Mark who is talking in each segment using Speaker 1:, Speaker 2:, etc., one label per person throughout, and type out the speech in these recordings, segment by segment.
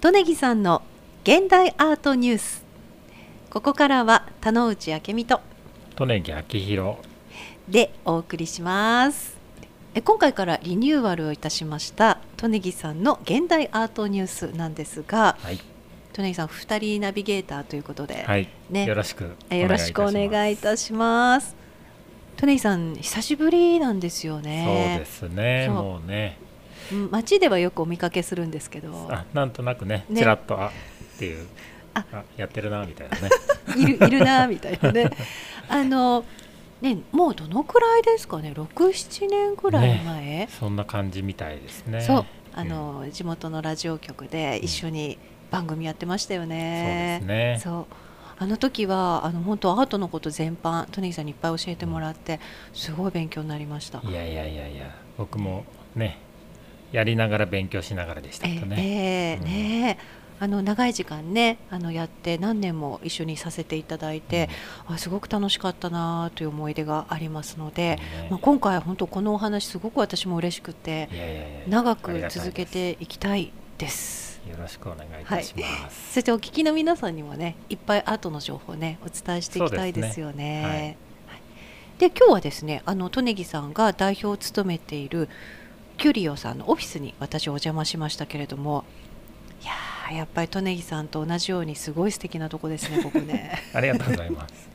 Speaker 1: トネギさんの現代アートニュースここからは田之内明美と
Speaker 2: 利根木昭弘
Speaker 1: でお送りしますえ今回からリニューアルをいたしましたトネギさんの現代アートニュースなんですが
Speaker 2: はい、
Speaker 1: トネギさん二人ナビゲーターということで、
Speaker 2: はい
Speaker 1: ね
Speaker 2: よろしく
Speaker 1: えよろしくお願いいたしますトネギさん久しぶりなんですよ
Speaker 2: ま
Speaker 1: ね
Speaker 2: すそうですね
Speaker 1: そう
Speaker 2: もうね
Speaker 1: うん街ではよくお見かけするんですけど
Speaker 2: あなんとなくね
Speaker 1: ね
Speaker 2: ちらっとあっていう
Speaker 1: あ
Speaker 2: あやってるなみた いなね
Speaker 1: いるいるなみたいなねあのねもうどのくらいですかね67年くらい前、
Speaker 2: そんな感じみたいですね
Speaker 1: そうあの、地元のラジオ局で一緒に番組やってましたよ
Speaker 2: そうで
Speaker 1: ね
Speaker 2: す。ね
Speaker 1: そうあの時はあの本当アートのこと全般トニーさんにいっぱい教えてもらってすごい勉強になりました。
Speaker 2: いやいやいやいや僕もねやりながら勉強しながらでしたけどね、
Speaker 1: ええ
Speaker 2: うん
Speaker 1: ねえあの長い時間ねあのやって何年も一緒にさせていただいて、あすごく楽しかったなという思い出がありますの
Speaker 2: うん
Speaker 1: で、
Speaker 2: ね
Speaker 1: まあ、今回本当このお話すごく私も嬉しくて
Speaker 2: いやいやいや
Speaker 1: 長
Speaker 2: あり
Speaker 1: く
Speaker 2: がたいです
Speaker 1: 続けていきたいです。
Speaker 2: よろしくお願いいたします、
Speaker 1: そしてお聞きの皆さんにもねいっぱいアートの情報ねお伝えしていきたいですよね。
Speaker 2: そうで
Speaker 1: はい
Speaker 2: すね
Speaker 1: で今日はですねあのトネギさんが代表を務めているキュリオさんのオフィスに私お邪魔しましたけれどもいやーやっぱりトネギさんと同じようにすごい素敵なとこですねここね。
Speaker 2: ありがとうございます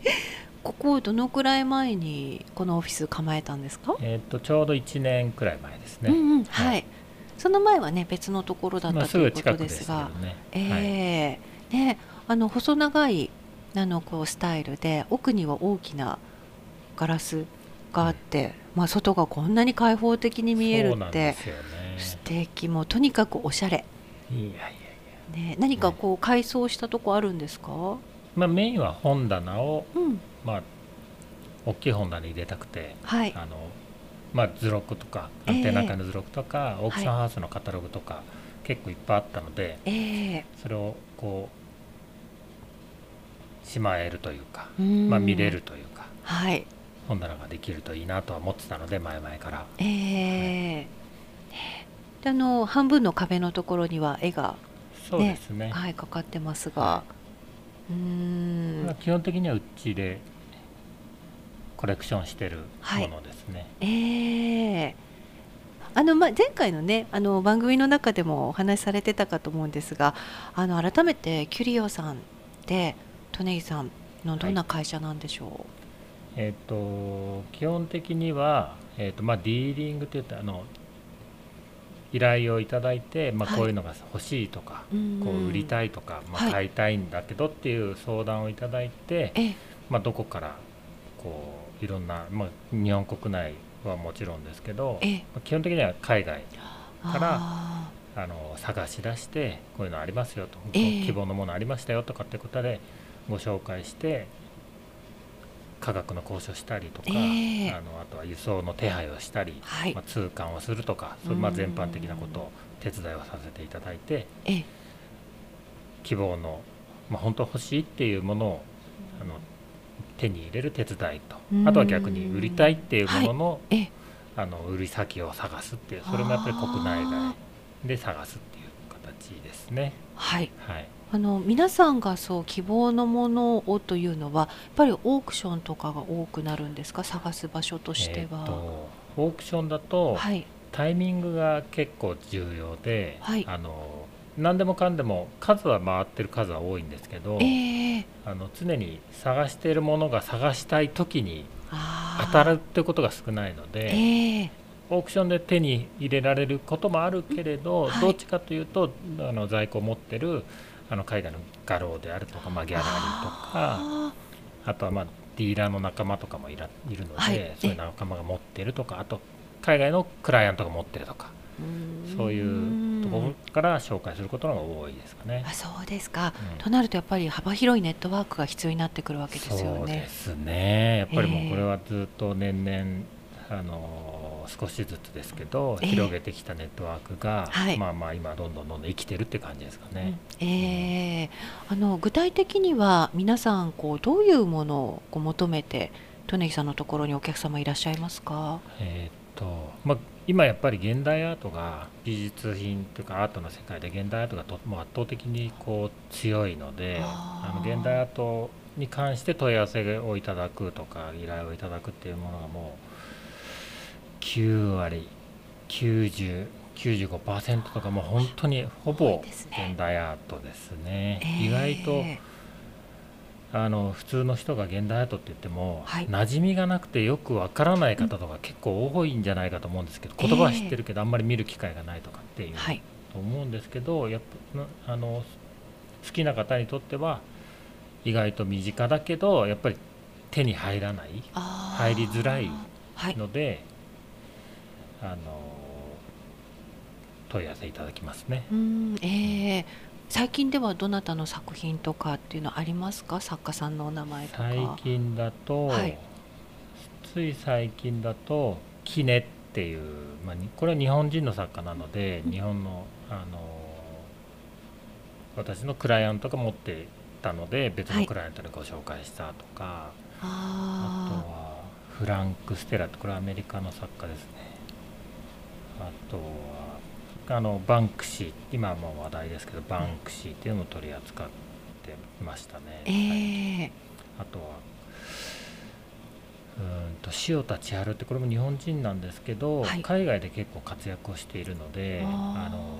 Speaker 1: ここどのくらい前にこのオフィス構えたんですか、
Speaker 2: えっとちょうど1年くらい前ですね、
Speaker 1: うんうんはい、
Speaker 2: は
Speaker 1: その前はね別のところだっ
Speaker 2: まあ
Speaker 1: た
Speaker 2: す
Speaker 1: とい
Speaker 2: ぐ
Speaker 1: うこと
Speaker 2: 近く
Speaker 1: で
Speaker 2: ですす
Speaker 1: が、
Speaker 2: けどね、はい
Speaker 1: ええねあの細長いあのこうスタイルで奥には大きなガラスがあって、まあ外がこんなに開放的に見える
Speaker 2: そうな
Speaker 1: っ
Speaker 2: ん
Speaker 1: て
Speaker 2: ですよね
Speaker 1: 素敵もうとにかくおしゃれ、
Speaker 2: いやいやいや
Speaker 1: ね、何かこう改装したとこあるんですか、
Speaker 2: まあメインは本棚を
Speaker 1: うん
Speaker 2: まあ大きい本棚に入れたくて
Speaker 1: はい
Speaker 2: あのまあ図録とか
Speaker 1: ええ
Speaker 2: 安定なんかの図録とか、オークションハウスのカタログとか、結構いっぱいあったので
Speaker 1: ええ
Speaker 2: それをこうしまえるというか、
Speaker 1: うん
Speaker 2: まあ見れるというか
Speaker 1: はい
Speaker 2: 本棚ができるといいなとは思ってたので前々から
Speaker 1: ええねであの半分の壁のところには絵が、
Speaker 2: そうですね
Speaker 1: はい、かかってますが、
Speaker 2: は
Speaker 1: うーん
Speaker 2: まあ基本的にはうちでコレクションしてるものですね、
Speaker 1: ええあのまあ前回のねあの番組の中でもお話しされてたかと思うんですがあの改めてキュリオさんでトネギさんのどんな会社なんでしょ
Speaker 2: えっ、と基本的には、えっとまあ、ディーリングといってあの依頼をいただいて、まあ、
Speaker 1: はい
Speaker 2: こういうのが欲しいとか、
Speaker 1: う、うん
Speaker 2: こう売りたいとか、ま
Speaker 1: は
Speaker 2: あ、
Speaker 1: い
Speaker 2: 買いたいんだけどっていう相談をいただいて、
Speaker 1: ええ
Speaker 2: まあ、どこからこういろんな、まあ、日本国内はもちろんですけど、
Speaker 1: ええ
Speaker 2: まあ基本的には海外から
Speaker 1: あ
Speaker 2: あの探し出してこういうのありますよと、
Speaker 1: ええ
Speaker 2: 希望のものありましたよとかってことでご紹介して価格の交渉したりとか、
Speaker 1: ええ
Speaker 2: あのあとは輸送の手配をしたり
Speaker 1: ー、はい
Speaker 2: まあ、通関をするとかそういうまあ
Speaker 1: うん
Speaker 2: 全般的なことを手伝いをさせていただいて
Speaker 1: ええ
Speaker 2: 希望の、まあ、本当欲しいっていうものをあの手に入れる手伝いと
Speaker 1: うん
Speaker 2: あとは逆に売りたいっていうものの,、
Speaker 1: ええ
Speaker 2: あの売り先を探すっていうそれもやっぱり国内
Speaker 1: あ
Speaker 2: 外で探すっていう形ですね。
Speaker 1: はい
Speaker 2: はい、
Speaker 1: あの皆さんがそう希望のものをというのはやっぱりオークションとかが多くなるんですか探す場所として
Speaker 2: えー
Speaker 1: は、
Speaker 2: とオークションだと
Speaker 1: はい
Speaker 2: タイミングが結構重要で、
Speaker 1: はい
Speaker 2: あの何でもかんでも数は回ってる数は多いんですけど、
Speaker 1: ええ
Speaker 2: あの常に探しているものが探したい時に
Speaker 1: あ
Speaker 2: 当
Speaker 1: ー
Speaker 2: たるってことが少ないので、
Speaker 1: ええ
Speaker 2: オークションで手に入れられることもあるけれど、
Speaker 1: はい
Speaker 2: どっちかというとあの在庫を持ってるあの海外の画廊であるとか、まあ、ギャラリーとか
Speaker 1: あ
Speaker 2: あとはまあディーラーの仲間とかもいらいるので、
Speaker 1: はい
Speaker 2: そういう仲間が持ってるとかあと海外のクライアントが持ってるとか
Speaker 1: ー
Speaker 2: そういうとこ
Speaker 1: ー
Speaker 2: ろ
Speaker 1: ん
Speaker 2: から紹介することの方が多いですかね
Speaker 1: あ。そうですか、
Speaker 2: うん
Speaker 1: となるとやっぱり幅広いネットワークが必要になってくるわけです
Speaker 2: そ
Speaker 1: よ
Speaker 2: うで
Speaker 1: ね。
Speaker 2: すねやっぱりもうこれはずっと年々、あのー少しずつですけど
Speaker 1: ええ
Speaker 2: 広げてきたネットワークが、
Speaker 1: はい
Speaker 2: まあまあ今どんどんどんどん生きてるって感じですか
Speaker 1: う
Speaker 2: ね
Speaker 1: ん。ええあの具体的には皆さんこうどういうものをこう求めてトネギさんのところにお客様いらっしゃいますか。
Speaker 2: えーっとまあ今やっぱり現代アートが美術品というかアートの世界で現代アートがともう圧倒的にこう強いのであ
Speaker 1: あー
Speaker 2: の現代アートに関して問い合わせをいただくとか依頼をいただくっていうものがもう9割9095%とかもう本当にほぼ
Speaker 1: 多いですね
Speaker 2: 現代アートですね。
Speaker 1: ええ
Speaker 2: 意外とあの普通の人が現代アートって言っても、
Speaker 1: はい
Speaker 2: 馴染みがなくてよくわからない方とか結構多いんじゃないかと思うんですけど、言葉は知ってるけどあんまり見る機会がないとかっていう
Speaker 1: はい
Speaker 2: と思うんですけどやっぱなあの好きな方にとっては意外と身近だけどやっぱり手に入らない
Speaker 1: あー
Speaker 2: 入りづらい
Speaker 1: はい
Speaker 2: ので、あの問い合わせいただきますね。
Speaker 1: うんええ最近ではどなたの作品とかっていうのありますか作家さんのお名前とか
Speaker 2: 最近だと、
Speaker 1: はい
Speaker 2: つい最近だと「キネ」っていう、まあ、にこれは日本人の作家なので
Speaker 1: うん
Speaker 2: 日本の、あの私のクライアントが持ってたので別
Speaker 1: は
Speaker 2: の
Speaker 1: い
Speaker 2: クライアントにご紹介したとか、あと
Speaker 1: あ
Speaker 2: はフランク・ステラってこれはアメリカの作家ですねあとはあのバンクシー今も話題ですけどバンクシーっていうのを取り扱ってましたね。
Speaker 1: ーええ
Speaker 2: あとはうーんと塩田千春ってこれも日本人なんですけど、
Speaker 1: はい
Speaker 2: 海外で結構活躍をしているので
Speaker 1: あー
Speaker 2: あの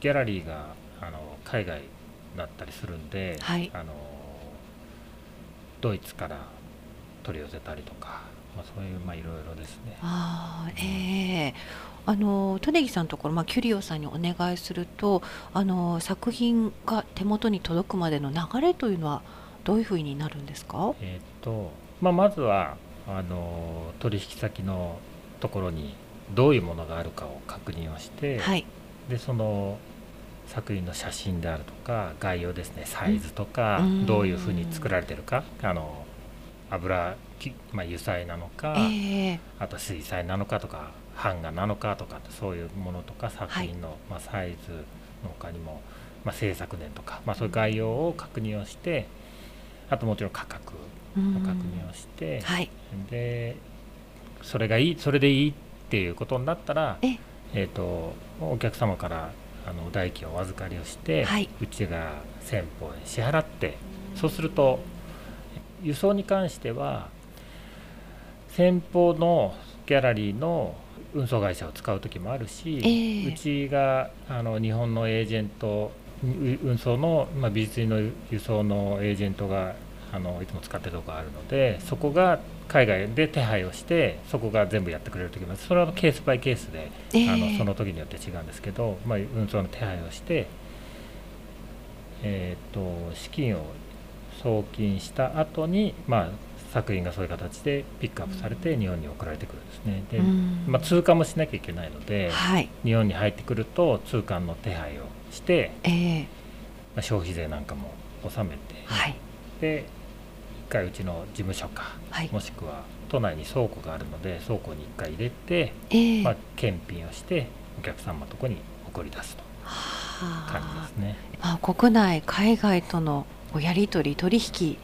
Speaker 2: ギャラリーがあの海外だったりするんで、
Speaker 1: はい
Speaker 2: あのドイツから取り寄せたりとか、まあ、そういうまあいろいろですね。
Speaker 1: ああええあのトネギさんのところ、まあ、キュリオさんにお願いするとあの作品が手元に届くまでの流れというのはどういうふうになるんですか
Speaker 2: えーっとまあ、まずはあの取引先のところにどういうものがあるかを確認をして、
Speaker 1: はい
Speaker 2: でその作品の写真であるとか概要ですねサイズとか、
Speaker 1: うん
Speaker 2: どういうふうに作られてるかあの油き、まあ、油彩なのか、
Speaker 1: ええ
Speaker 2: あと水彩なのかとか版画なのかとかってそういうものとか作品の、まあ、サイズの他にも、まあ、制作年とか、まあ、そういう概要を確認をしてあともちろん価格
Speaker 1: う
Speaker 2: の
Speaker 1: ん
Speaker 2: 確認をして、
Speaker 1: はい
Speaker 2: でそれがいいそれでいいっていうことになったら
Speaker 1: え
Speaker 2: えー、とお客様からあの代金をお預かりをして、
Speaker 1: はいう
Speaker 2: ちが先方に支払ってそうすると輸送に関しては先方のギャラリーの運送会社を使う時もあるし、
Speaker 1: ええ
Speaker 2: うちがあの日本のエージェントう運送の、まあ、美術品の輸送のエージェントがあのいつも使ってるとこがあるのでそこが海外で手配をしてそこが全部やってくれる時もあるそれはケースバイケースで
Speaker 1: ええ
Speaker 2: あのその時によって違うんですけど、まあ、運送の手配をして、えー、と資金を送金した後にまあ、作品がそういう形でピックアップされて日本に送られてくるんですね。で、
Speaker 1: うん
Speaker 2: まあ、通関もしなきゃいけないので
Speaker 1: はい
Speaker 2: 日本に入ってくると通関の手配をして、
Speaker 1: ええ
Speaker 2: まあ消費税なんかも納めて
Speaker 1: はい
Speaker 2: で一回うちの事務所か
Speaker 1: はい
Speaker 2: もしくは都内に倉庫があるので倉庫に一回入れて。
Speaker 1: ええ
Speaker 2: まあ、検品をしてお客様のとこに送り出すと感じ
Speaker 1: は
Speaker 2: ですね。
Speaker 1: あまあ国内海外とのこうやり取り取引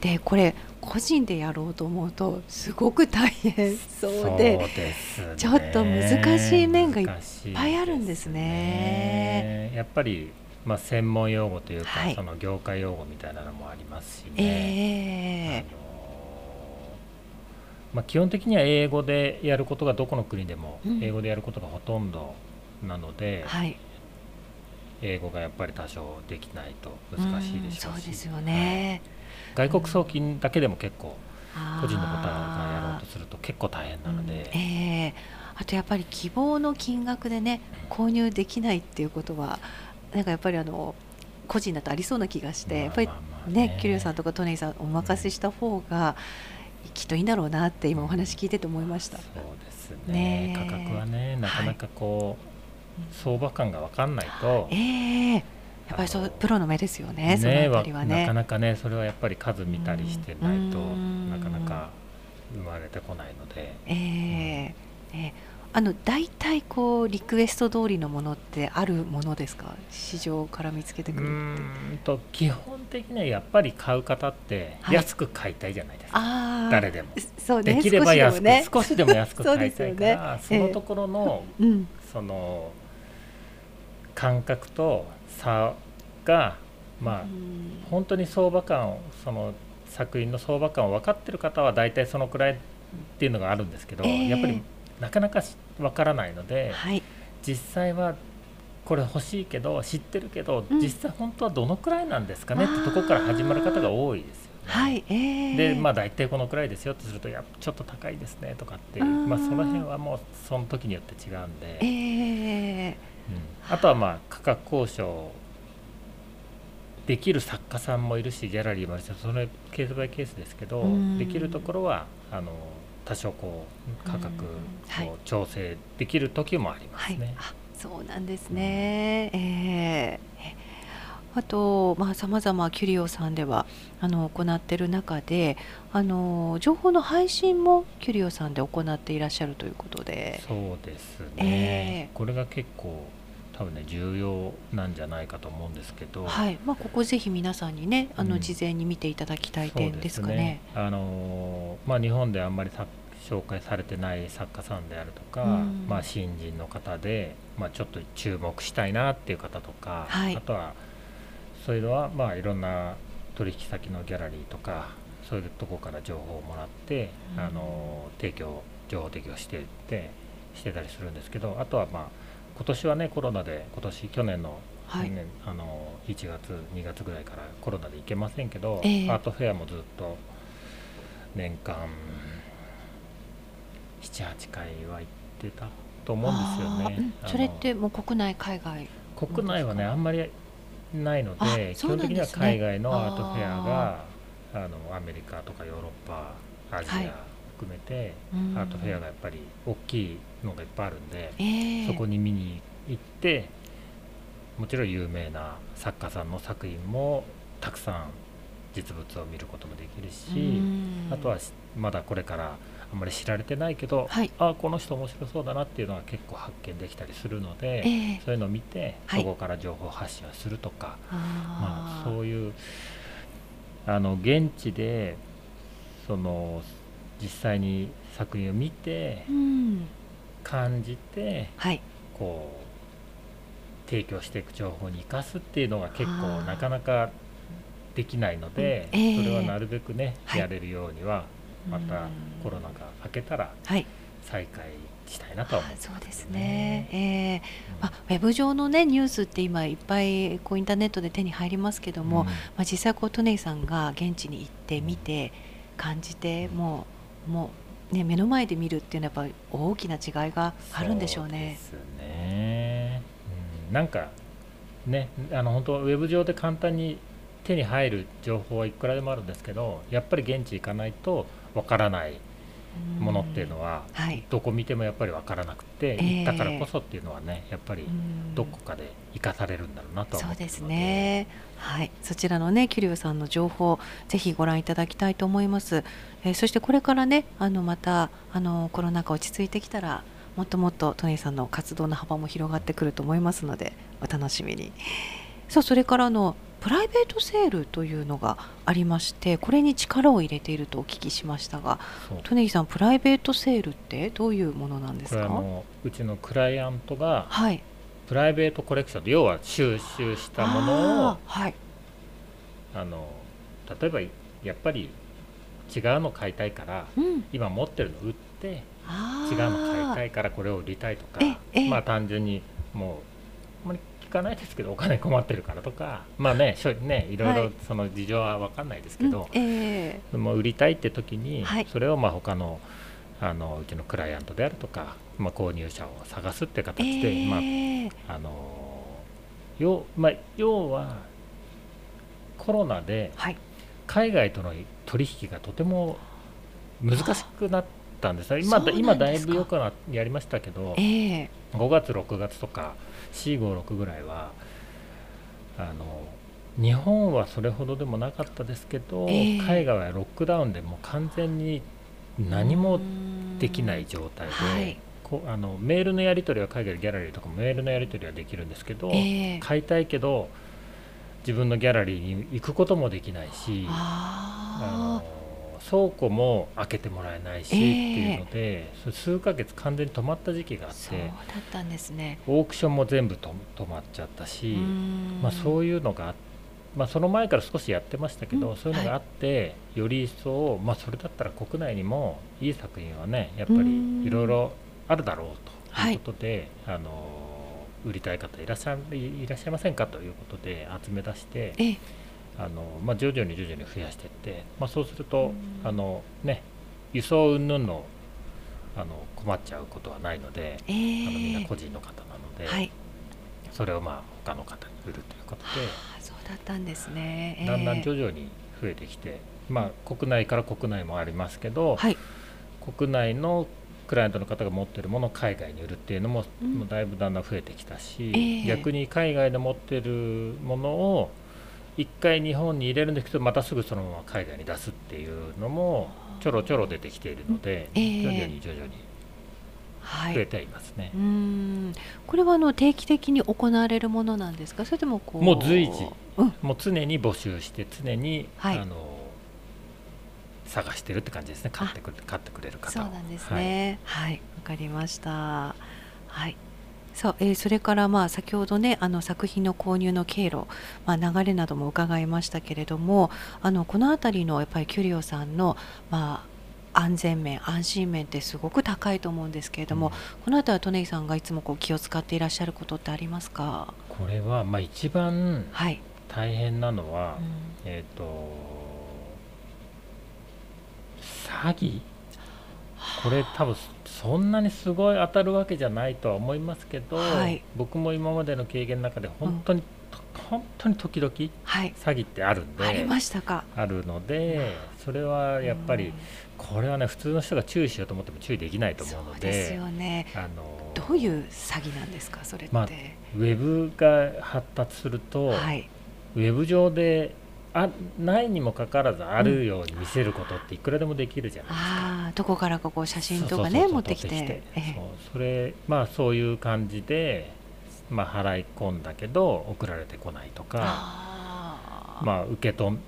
Speaker 1: でこれ個人でやろうと思うとすごく大変そうで
Speaker 2: ですね
Speaker 1: ちょっと難しい面がいっぱいあるんです
Speaker 2: 難しいで
Speaker 1: ね
Speaker 2: すねやっぱり、まあ、専門用語というか、
Speaker 1: はい
Speaker 2: その業界用語みたいなのもありますしね。
Speaker 1: ええ
Speaker 2: あのまあ、基本的には英語でやることがどこの国でも
Speaker 1: うん
Speaker 2: 英語でやることがほとんどなので、
Speaker 1: はい、
Speaker 2: 英語がやっぱり多少できないと難しいでしょ
Speaker 1: うんそ
Speaker 2: う
Speaker 1: う
Speaker 2: し
Speaker 1: ですよね。
Speaker 2: 外国送金だけでも結構
Speaker 1: あー
Speaker 2: 個人の方がやろうとすると結構大変なので、
Speaker 1: うんええあとやっぱり希望の金額でね購入できないっていうことはなんかやっぱりあの個人だとありそうな気がして、やっぱり
Speaker 2: まあまあまあ
Speaker 1: ねキュリオさんとかトネイさんお任せした方がきっといいんだろうなって今お話聞いてて思いました。
Speaker 2: そうですね
Speaker 1: ね
Speaker 2: 価格はねなかなかこう、
Speaker 1: はい
Speaker 2: 相場感が分かんないと、
Speaker 1: ええやっぱりそ
Speaker 2: あ
Speaker 1: う
Speaker 2: の
Speaker 1: プロの目ですよね。そのあたりは
Speaker 2: わなか
Speaker 1: ね。
Speaker 2: なかねそれはやっぱり数見たりしてないと、
Speaker 1: うん
Speaker 2: なかなか生まれてこないので、
Speaker 1: ええええあの大体こうリクエスト通りのものってあるものですか市場から見つけて
Speaker 2: う
Speaker 1: くるって
Speaker 2: ーんと基本的にはやっぱり買う方って
Speaker 1: はい
Speaker 2: 安く買いたいじゃないですか、
Speaker 1: ああ
Speaker 2: 誰でも。
Speaker 1: そうね
Speaker 2: できれば安く
Speaker 1: 少し
Speaker 2: 少し,、
Speaker 1: でもね
Speaker 2: でも安く
Speaker 1: そう
Speaker 2: 買
Speaker 1: で
Speaker 2: い
Speaker 1: す
Speaker 2: た
Speaker 1: よ
Speaker 2: い
Speaker 1: ね
Speaker 2: からそ,、
Speaker 1: ええ
Speaker 2: のところの
Speaker 1: うん
Speaker 2: その感覚と差がまあ
Speaker 1: うん
Speaker 2: 本当に相場感をその作品の相場感を分かってる方は大体そのくらいっていうのがあるんですけど、
Speaker 1: ええ
Speaker 2: やっぱりなかなかし分からないので
Speaker 1: はい
Speaker 2: 実際はこれ欲しいけど知ってるけど、
Speaker 1: うん
Speaker 2: 実際本当はどのくらいなんですかねって
Speaker 1: あー
Speaker 2: とこから始まる方が多いですよね。
Speaker 1: はいえー、
Speaker 2: でまあ、大体このくらいですよとするといやちょっと高いですねとかっていう
Speaker 1: あー
Speaker 2: まあ、その辺はもうその時によって違うんで、
Speaker 1: えー、
Speaker 2: うんあとはまあ価格交渉できる作家さんもいるしギャラリーもあるしそのケースバイケースですけど
Speaker 1: うん
Speaker 2: できるところはあの多少こう価格
Speaker 1: はい
Speaker 2: を調整できる時もありま
Speaker 1: は
Speaker 2: す
Speaker 1: い、
Speaker 2: ね。
Speaker 1: あそうなんですね、えーえあとまあさまざまキュリオさんではあの行ってる中であの情報の配信もキュリオさんで行っていらっしゃるということで
Speaker 2: そうですね
Speaker 1: え、え
Speaker 2: これが結構多分ね重要なんじゃないかと思うんですけど、
Speaker 1: はいまあ、ここぜひ皆さんにねあ
Speaker 2: う
Speaker 1: の
Speaker 2: ん
Speaker 1: 事前に見ていただきたい
Speaker 2: そう
Speaker 1: 点ですかね。
Speaker 2: あのーまあ、日本であんまりさ紹介されてない作家さんであるとか、
Speaker 1: うん
Speaker 2: まあ、新人の方で、まあ、ちょっと注目したいなっていう方とか、
Speaker 1: はい
Speaker 2: あとはそういうのは、まあ、いろんな取引先のギャラリーとかそういうとこから情報をもらって、
Speaker 1: うん
Speaker 2: あのー提供情報提供してってしてたりするんですけどあとはまあ今年はねコロナで今年去年の
Speaker 1: はい
Speaker 2: ねあの1月2月ぐらいからコロナで行けませんけど、
Speaker 1: ええ
Speaker 2: アートフェアもずっと年間78回は行ってたと思うんですよ
Speaker 1: あーうん
Speaker 2: ね。あの
Speaker 1: それってもう国内海外
Speaker 2: 国内はねあんまりないの
Speaker 1: あ
Speaker 2: で基
Speaker 1: そう
Speaker 2: 本
Speaker 1: なんですね
Speaker 2: 的には海外のアートフェアがあのアメリカとかヨーロッパアジア
Speaker 1: はい
Speaker 2: 含めて、
Speaker 1: うん
Speaker 2: アートフェアがやっぱり大きいのがいっぱいあるんで。
Speaker 1: えー
Speaker 2: そこに見に行ってもちろん有名な作家さんの作品もたくさん実物を見ることもできるし、
Speaker 1: うん
Speaker 2: あとはしまだこれからあんまり知られてないけど、
Speaker 1: はい
Speaker 2: あこの人面白そうだなっていうのは結構発見できたりするので、
Speaker 1: ええ
Speaker 2: そういうのを見て
Speaker 1: はい
Speaker 2: そこから情報発信をするとか、ま
Speaker 1: あ
Speaker 2: あ、
Speaker 1: ー
Speaker 2: そういうあの現地でその実際に作品を見て
Speaker 1: うん
Speaker 2: 感じて
Speaker 1: はい
Speaker 2: こう提供していく情報に生かすっていうのが結
Speaker 1: あ
Speaker 2: 構
Speaker 1: ー
Speaker 2: なかなかできないので、
Speaker 1: うんええ
Speaker 2: それはなるべくね、
Speaker 1: はい
Speaker 2: やれるようにはまたコロ
Speaker 1: ナ
Speaker 2: ナが明けたら
Speaker 1: はい
Speaker 2: 再開したいなとは思
Speaker 1: あ
Speaker 2: う、
Speaker 1: そうですね、えー
Speaker 2: うん
Speaker 1: まあ、ウェブ上の、ね、ニュースって今いっぱいこうインターネットで手に入りますけども、
Speaker 2: うん
Speaker 1: まあ、実際こうトネイさんが現地に行って見て感じてもうもう、ね、目の前で見るっていうのはやっぱ大きな違いがあるんでしょうね。
Speaker 2: そうですねうんなんかねあの本当ウェブ上で簡単に手に入る情報はいくらでもあるんですけどやっぱり現地行かないとわからないものっていうの
Speaker 1: は、
Speaker 2: は
Speaker 1: はい
Speaker 2: どこ見てもやっぱり分からなく
Speaker 1: え
Speaker 2: て、
Speaker 1: え
Speaker 2: 行ったからこそっていうのはねやっぱり
Speaker 1: うん
Speaker 2: どこかで生かされるんだろうなとは
Speaker 1: そ
Speaker 2: 思
Speaker 1: う
Speaker 2: って
Speaker 1: で
Speaker 2: る
Speaker 1: す
Speaker 2: の
Speaker 1: ね。はい、そちらのね、キュリオさんの情報、ぜひご覧いただきたいと思います。えーそしてこれからね、あのまた、あのコロナ禍落ち着いてきたら。もっともっとトネイさんの活動の幅も広がってくると思いますので、お楽しみに。さあ、それからあのプライベートセールというのがありまして、これに力を入れているとお聞きしましたが。
Speaker 2: そう
Speaker 1: トネイさん、プライベートセールってどういうものなんで
Speaker 2: こ
Speaker 1: す
Speaker 2: れは
Speaker 1: か。
Speaker 2: もううちのクライアントが
Speaker 1: はい。
Speaker 2: プライベートコレクションで要は収集したものを
Speaker 1: あーはい。
Speaker 2: あの例えばやっぱり違うの買いたいから
Speaker 1: うん。
Speaker 2: 今持ってるの売って
Speaker 1: あ
Speaker 2: 違うの買いた
Speaker 1: い。
Speaker 2: いからこれを売りたいとか
Speaker 1: えええ
Speaker 2: まあ単純にもうあんまり聞かないですけどお金困ってるからとか まあねしょねいろい
Speaker 1: は
Speaker 2: ろ
Speaker 1: い
Speaker 2: その事情は分かんないですけど、
Speaker 1: うんええ
Speaker 2: もう売りたいって時に、
Speaker 1: はい
Speaker 2: それをまあ他のあのうちのクライアントであるとか、まあ、購入者を探すって形で、
Speaker 1: ええ
Speaker 2: まああの要まあ、要はコロナで
Speaker 1: はい、
Speaker 2: 海外との取引がとても難しくなったんです
Speaker 1: そ
Speaker 2: よ今
Speaker 1: うなんですか
Speaker 2: 今だいぶよくなやりましたけど
Speaker 1: ええ
Speaker 2: 5月6月とか456ぐらいはあの日本はそれほどでもなかったですけど、
Speaker 1: ええ
Speaker 2: 海外はロックダウンでもう完全に何もできないう状態で、
Speaker 1: はい
Speaker 2: こうあのメールのやり取りは海外のギャラリーとかもメールのやり取りはできるんですけど、
Speaker 1: ええ
Speaker 2: 買いたいけど自分のギャラリーに行くこともできないしあ
Speaker 1: あ
Speaker 2: の倉庫も開けてもらえないしっていうので、そ数ヶ月完全に止まった時期があ
Speaker 1: あ
Speaker 2: っ
Speaker 1: そう
Speaker 2: て
Speaker 1: だったんですね。
Speaker 2: オークションも全部と止まっちゃったし、まあ、そう
Speaker 1: いう
Speaker 2: いうのがあまあ、その前から少しやってましたけど、
Speaker 1: うん
Speaker 2: そういうのがあって、より一層、まあ、それだったら国内にもいい作品はねやっぱ
Speaker 1: う
Speaker 2: り
Speaker 1: ん
Speaker 2: いろいろあるだろうと
Speaker 1: はいいう
Speaker 2: ことで、あの売りたい方いらっしゃいいらっしゃいませんかということで集め出して
Speaker 1: ええ
Speaker 2: あの、まあ、徐々に徐々に増やしていって、まあ、そうすると、
Speaker 1: うん
Speaker 2: あのね、輸送云々のあの困っちゃうことはないので、
Speaker 1: え
Speaker 2: あのみん
Speaker 1: え
Speaker 2: な個人の方なので、
Speaker 1: はい、
Speaker 2: それをまあ他の方に売るということで。
Speaker 1: あそうだったんですね。ええ
Speaker 2: だんだん徐々に増えてきて、まあ、国内から国内もありますけど、
Speaker 1: はい、
Speaker 2: 国内のクライアントの方が持ってるものを海外に売るっていうのも,、
Speaker 1: うん
Speaker 2: もうだいぶだんだん増えてきたし、
Speaker 1: ええ
Speaker 2: 逆に海外で持ってるものを一回日本に入れるんですけどまたすぐそのまま海外に出すっていうのもちょろちょろ出てきているので、
Speaker 1: ええ
Speaker 2: 徐々に徐々に
Speaker 1: は
Speaker 2: 増え
Speaker 1: い。
Speaker 2: てはいますね
Speaker 1: うー。んこれはあの定期的に行われるものなんですかそれともこう
Speaker 2: もう随時
Speaker 1: うん、
Speaker 2: もう常に募集して常に、
Speaker 1: はい
Speaker 2: あの探してるって感じですね買ってくれ買ってくれる方
Speaker 1: そう
Speaker 2: を
Speaker 1: なんです
Speaker 2: はい
Speaker 1: ねはいわ、かりましたはいそうえーそれからまあ先ほどねあの作品の購入の経路、まあ、流れなども伺いましたけれどもあのこの辺りのやっぱりキュリオさんの、まあ、安全面安心面ってすごく高いと思うんですけれども、この辺りはトネイさんがいつもこう気を使っていらっしゃることってありますか
Speaker 2: これはまあ一番
Speaker 1: はい、
Speaker 2: 大変なのは、
Speaker 1: うん
Speaker 2: えっ、と詐欺これ多分そんなにすごい当たるわけじゃないとは思いますけど、
Speaker 1: はい
Speaker 2: 僕も今までの経験の中で本当に、本当に時々詐
Speaker 1: はい、
Speaker 2: 欺ってあるんで
Speaker 1: ありましたか
Speaker 2: あるのでそれはやっぱ
Speaker 1: う
Speaker 2: り
Speaker 1: ん
Speaker 2: これはね普通の人が注意しようと思っても注意できないと思うの
Speaker 1: そう
Speaker 2: で
Speaker 1: ですよね
Speaker 2: あの
Speaker 1: どういう詐欺なんですかそれって、
Speaker 2: まあウェブが発達すると、
Speaker 1: はい
Speaker 2: ウェブ上であないにもかかわらずあるように見せることっていくらでもできるじゃないですか。
Speaker 1: ああどこからかこう写真と
Speaker 2: そう
Speaker 1: か
Speaker 2: そう
Speaker 1: ね
Speaker 2: そう
Speaker 1: 持ってきて
Speaker 2: 取
Speaker 1: え
Speaker 2: そう
Speaker 1: え
Speaker 2: それまあそういう感じで、まあ、払い込んだけど送られてこないとか
Speaker 1: あー
Speaker 2: まあ、受けとん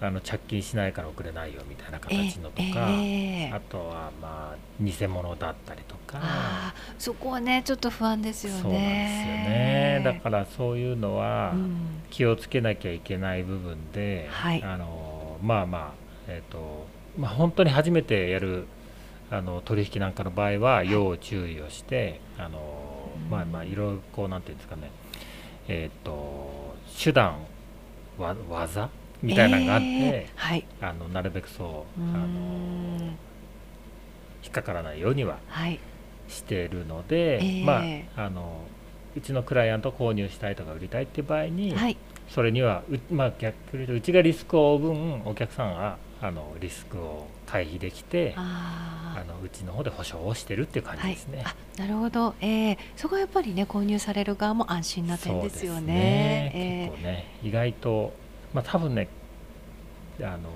Speaker 2: あの着金しないから送れないよみたいな形のとか、
Speaker 1: ええええ
Speaker 2: あとはまあ偽物だったりとか。
Speaker 1: あーそこはねちょっと不安ですよね
Speaker 2: そうなんですよねだからそういうのは、
Speaker 1: うん
Speaker 2: 気をつけなきゃいけない部分で、
Speaker 1: はい
Speaker 2: あのまあまあ、えーとまあ、本当に初めてやるあの取引なんかの場合は要注意をして、あの
Speaker 1: うん
Speaker 2: まあまあいろいろこうなんていうんですかねえっ、と手段わ技みたいなのがあって、
Speaker 1: ええはい
Speaker 2: あのなるべくそう
Speaker 1: うー
Speaker 2: あの
Speaker 1: ん
Speaker 2: 引っかからないようには
Speaker 1: はい
Speaker 2: しているので、
Speaker 1: ええ
Speaker 2: まああのうちのクライアントを購入したいとか売りたいっていう場合に、
Speaker 1: はい
Speaker 2: それにはう,、まあ、逆に言うとうちがリスクを負う分お客さんはあのリスクを回避できてあ
Speaker 1: あー
Speaker 2: のうちの方で保証をしてるっていう感じ
Speaker 1: はい
Speaker 2: ですね。
Speaker 1: あなるほどええそこはやっぱりね購入される側も安心な点ですよ
Speaker 2: そう
Speaker 1: ねええ
Speaker 2: 結構ね意外と、まあ、多分ねあの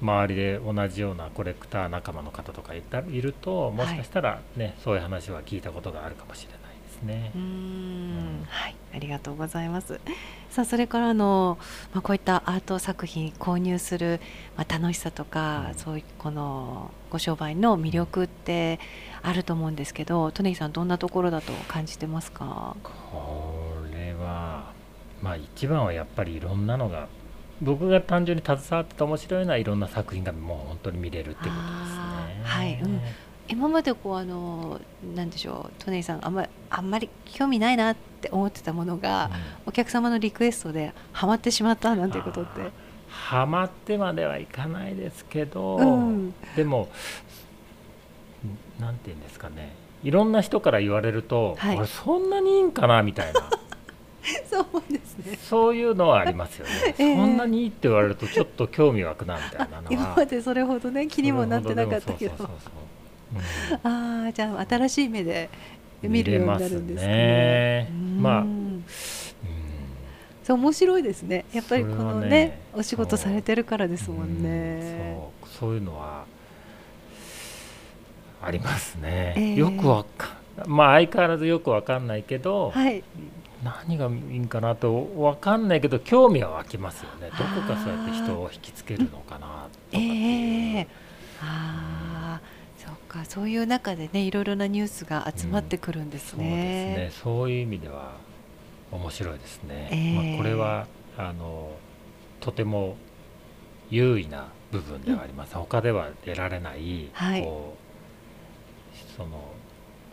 Speaker 2: 周りで同じようなコレクター仲間の方とかいたいるともしかしたら、ねそういう話は聞いたことがあるかもしれないですね
Speaker 1: うー。ん
Speaker 2: うん
Speaker 1: はい、ありがとうございます。さあ、それからあの、まあ、こういったアート作品購入する、まあ、楽しさとか、
Speaker 2: うん
Speaker 1: そういうこのご商売の魅力ってあると思うんですけど、トネギさんどんなところだと感じてますか？
Speaker 2: これはまあ一番はやっぱりいろんなのが僕が単純に携わってて面白いのはいろんな作品がもう本当に見れるっていうことです
Speaker 1: あ
Speaker 2: ね
Speaker 1: ー。はいうん今までこうあのなんでしょう、トネギさんがあんまりあんまり興味ないなって思ってたものが、お客様のリクエストでハマってしまったなんていうことって
Speaker 2: あー、ハマってまではいかないですけど、
Speaker 1: うん
Speaker 2: でもなんて言うんですかねいろんな人から言われると、
Speaker 1: はい
Speaker 2: 俺そんなにいいんかなみた いな
Speaker 1: そう思うんですね。
Speaker 2: そういうのはありますよね、
Speaker 1: ええ
Speaker 2: そんなにいいって言われるとちょっと興味湧くなみたいな の
Speaker 1: 今
Speaker 2: は
Speaker 1: までそれほどね気にもなってなかったけど
Speaker 2: それほどでもそうそうそうそううん
Speaker 1: ああじゃあ新しい目で見
Speaker 2: 見
Speaker 1: るよ
Speaker 2: れ
Speaker 1: うにな
Speaker 2: ます
Speaker 1: るんです
Speaker 2: ねまあ
Speaker 1: う
Speaker 2: うん
Speaker 1: んそう面白いですねやっぱりこのね
Speaker 2: それはね
Speaker 1: お仕事されてるからですもん
Speaker 2: う
Speaker 1: ね
Speaker 2: んそうそういうのはありますね、
Speaker 1: ええ
Speaker 2: よくわかまあ相変わらずよくわかんないけど、
Speaker 1: はい
Speaker 2: 何がいいんかなとわかんないけど興味は湧きますよねどこかそうやって人を引きつけるのかなとかっ
Speaker 1: え
Speaker 2: ていう、
Speaker 1: えあーそっかそういう中でねいろいろなニュースが集まってくるんです
Speaker 2: そうですね
Speaker 1: ね。
Speaker 2: そういう意味では面白いですね、
Speaker 1: ええ
Speaker 2: まあ、これはあのとても優位な部分ではあります、他では得られない、
Speaker 1: はい
Speaker 2: こうその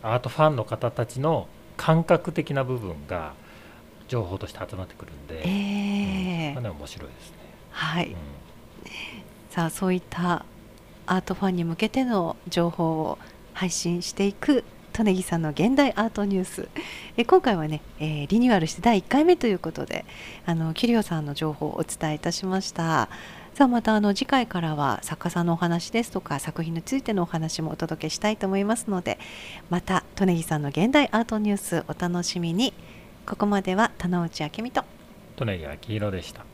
Speaker 2: アートファンの方たちの感覚的な部分が情報として集まってくるんで、
Speaker 1: ええ
Speaker 2: かなり面白いですね、
Speaker 1: は
Speaker 2: う
Speaker 1: い
Speaker 2: ん、
Speaker 1: さあそういったアートファンに向けての情報を配信していく利根木さんの現代アートニュース え今回はね、えーリニューアルして第1回目ということであのキリオさんの情報をお伝えいたしましたさあまたあの次回からは作家さんのお話ですとか作品についてのお話もお届けしたいと思いますのでまた利根木さんの現代アートニュースお楽しみにここまでは田之内明美と
Speaker 2: 利根木明宏でした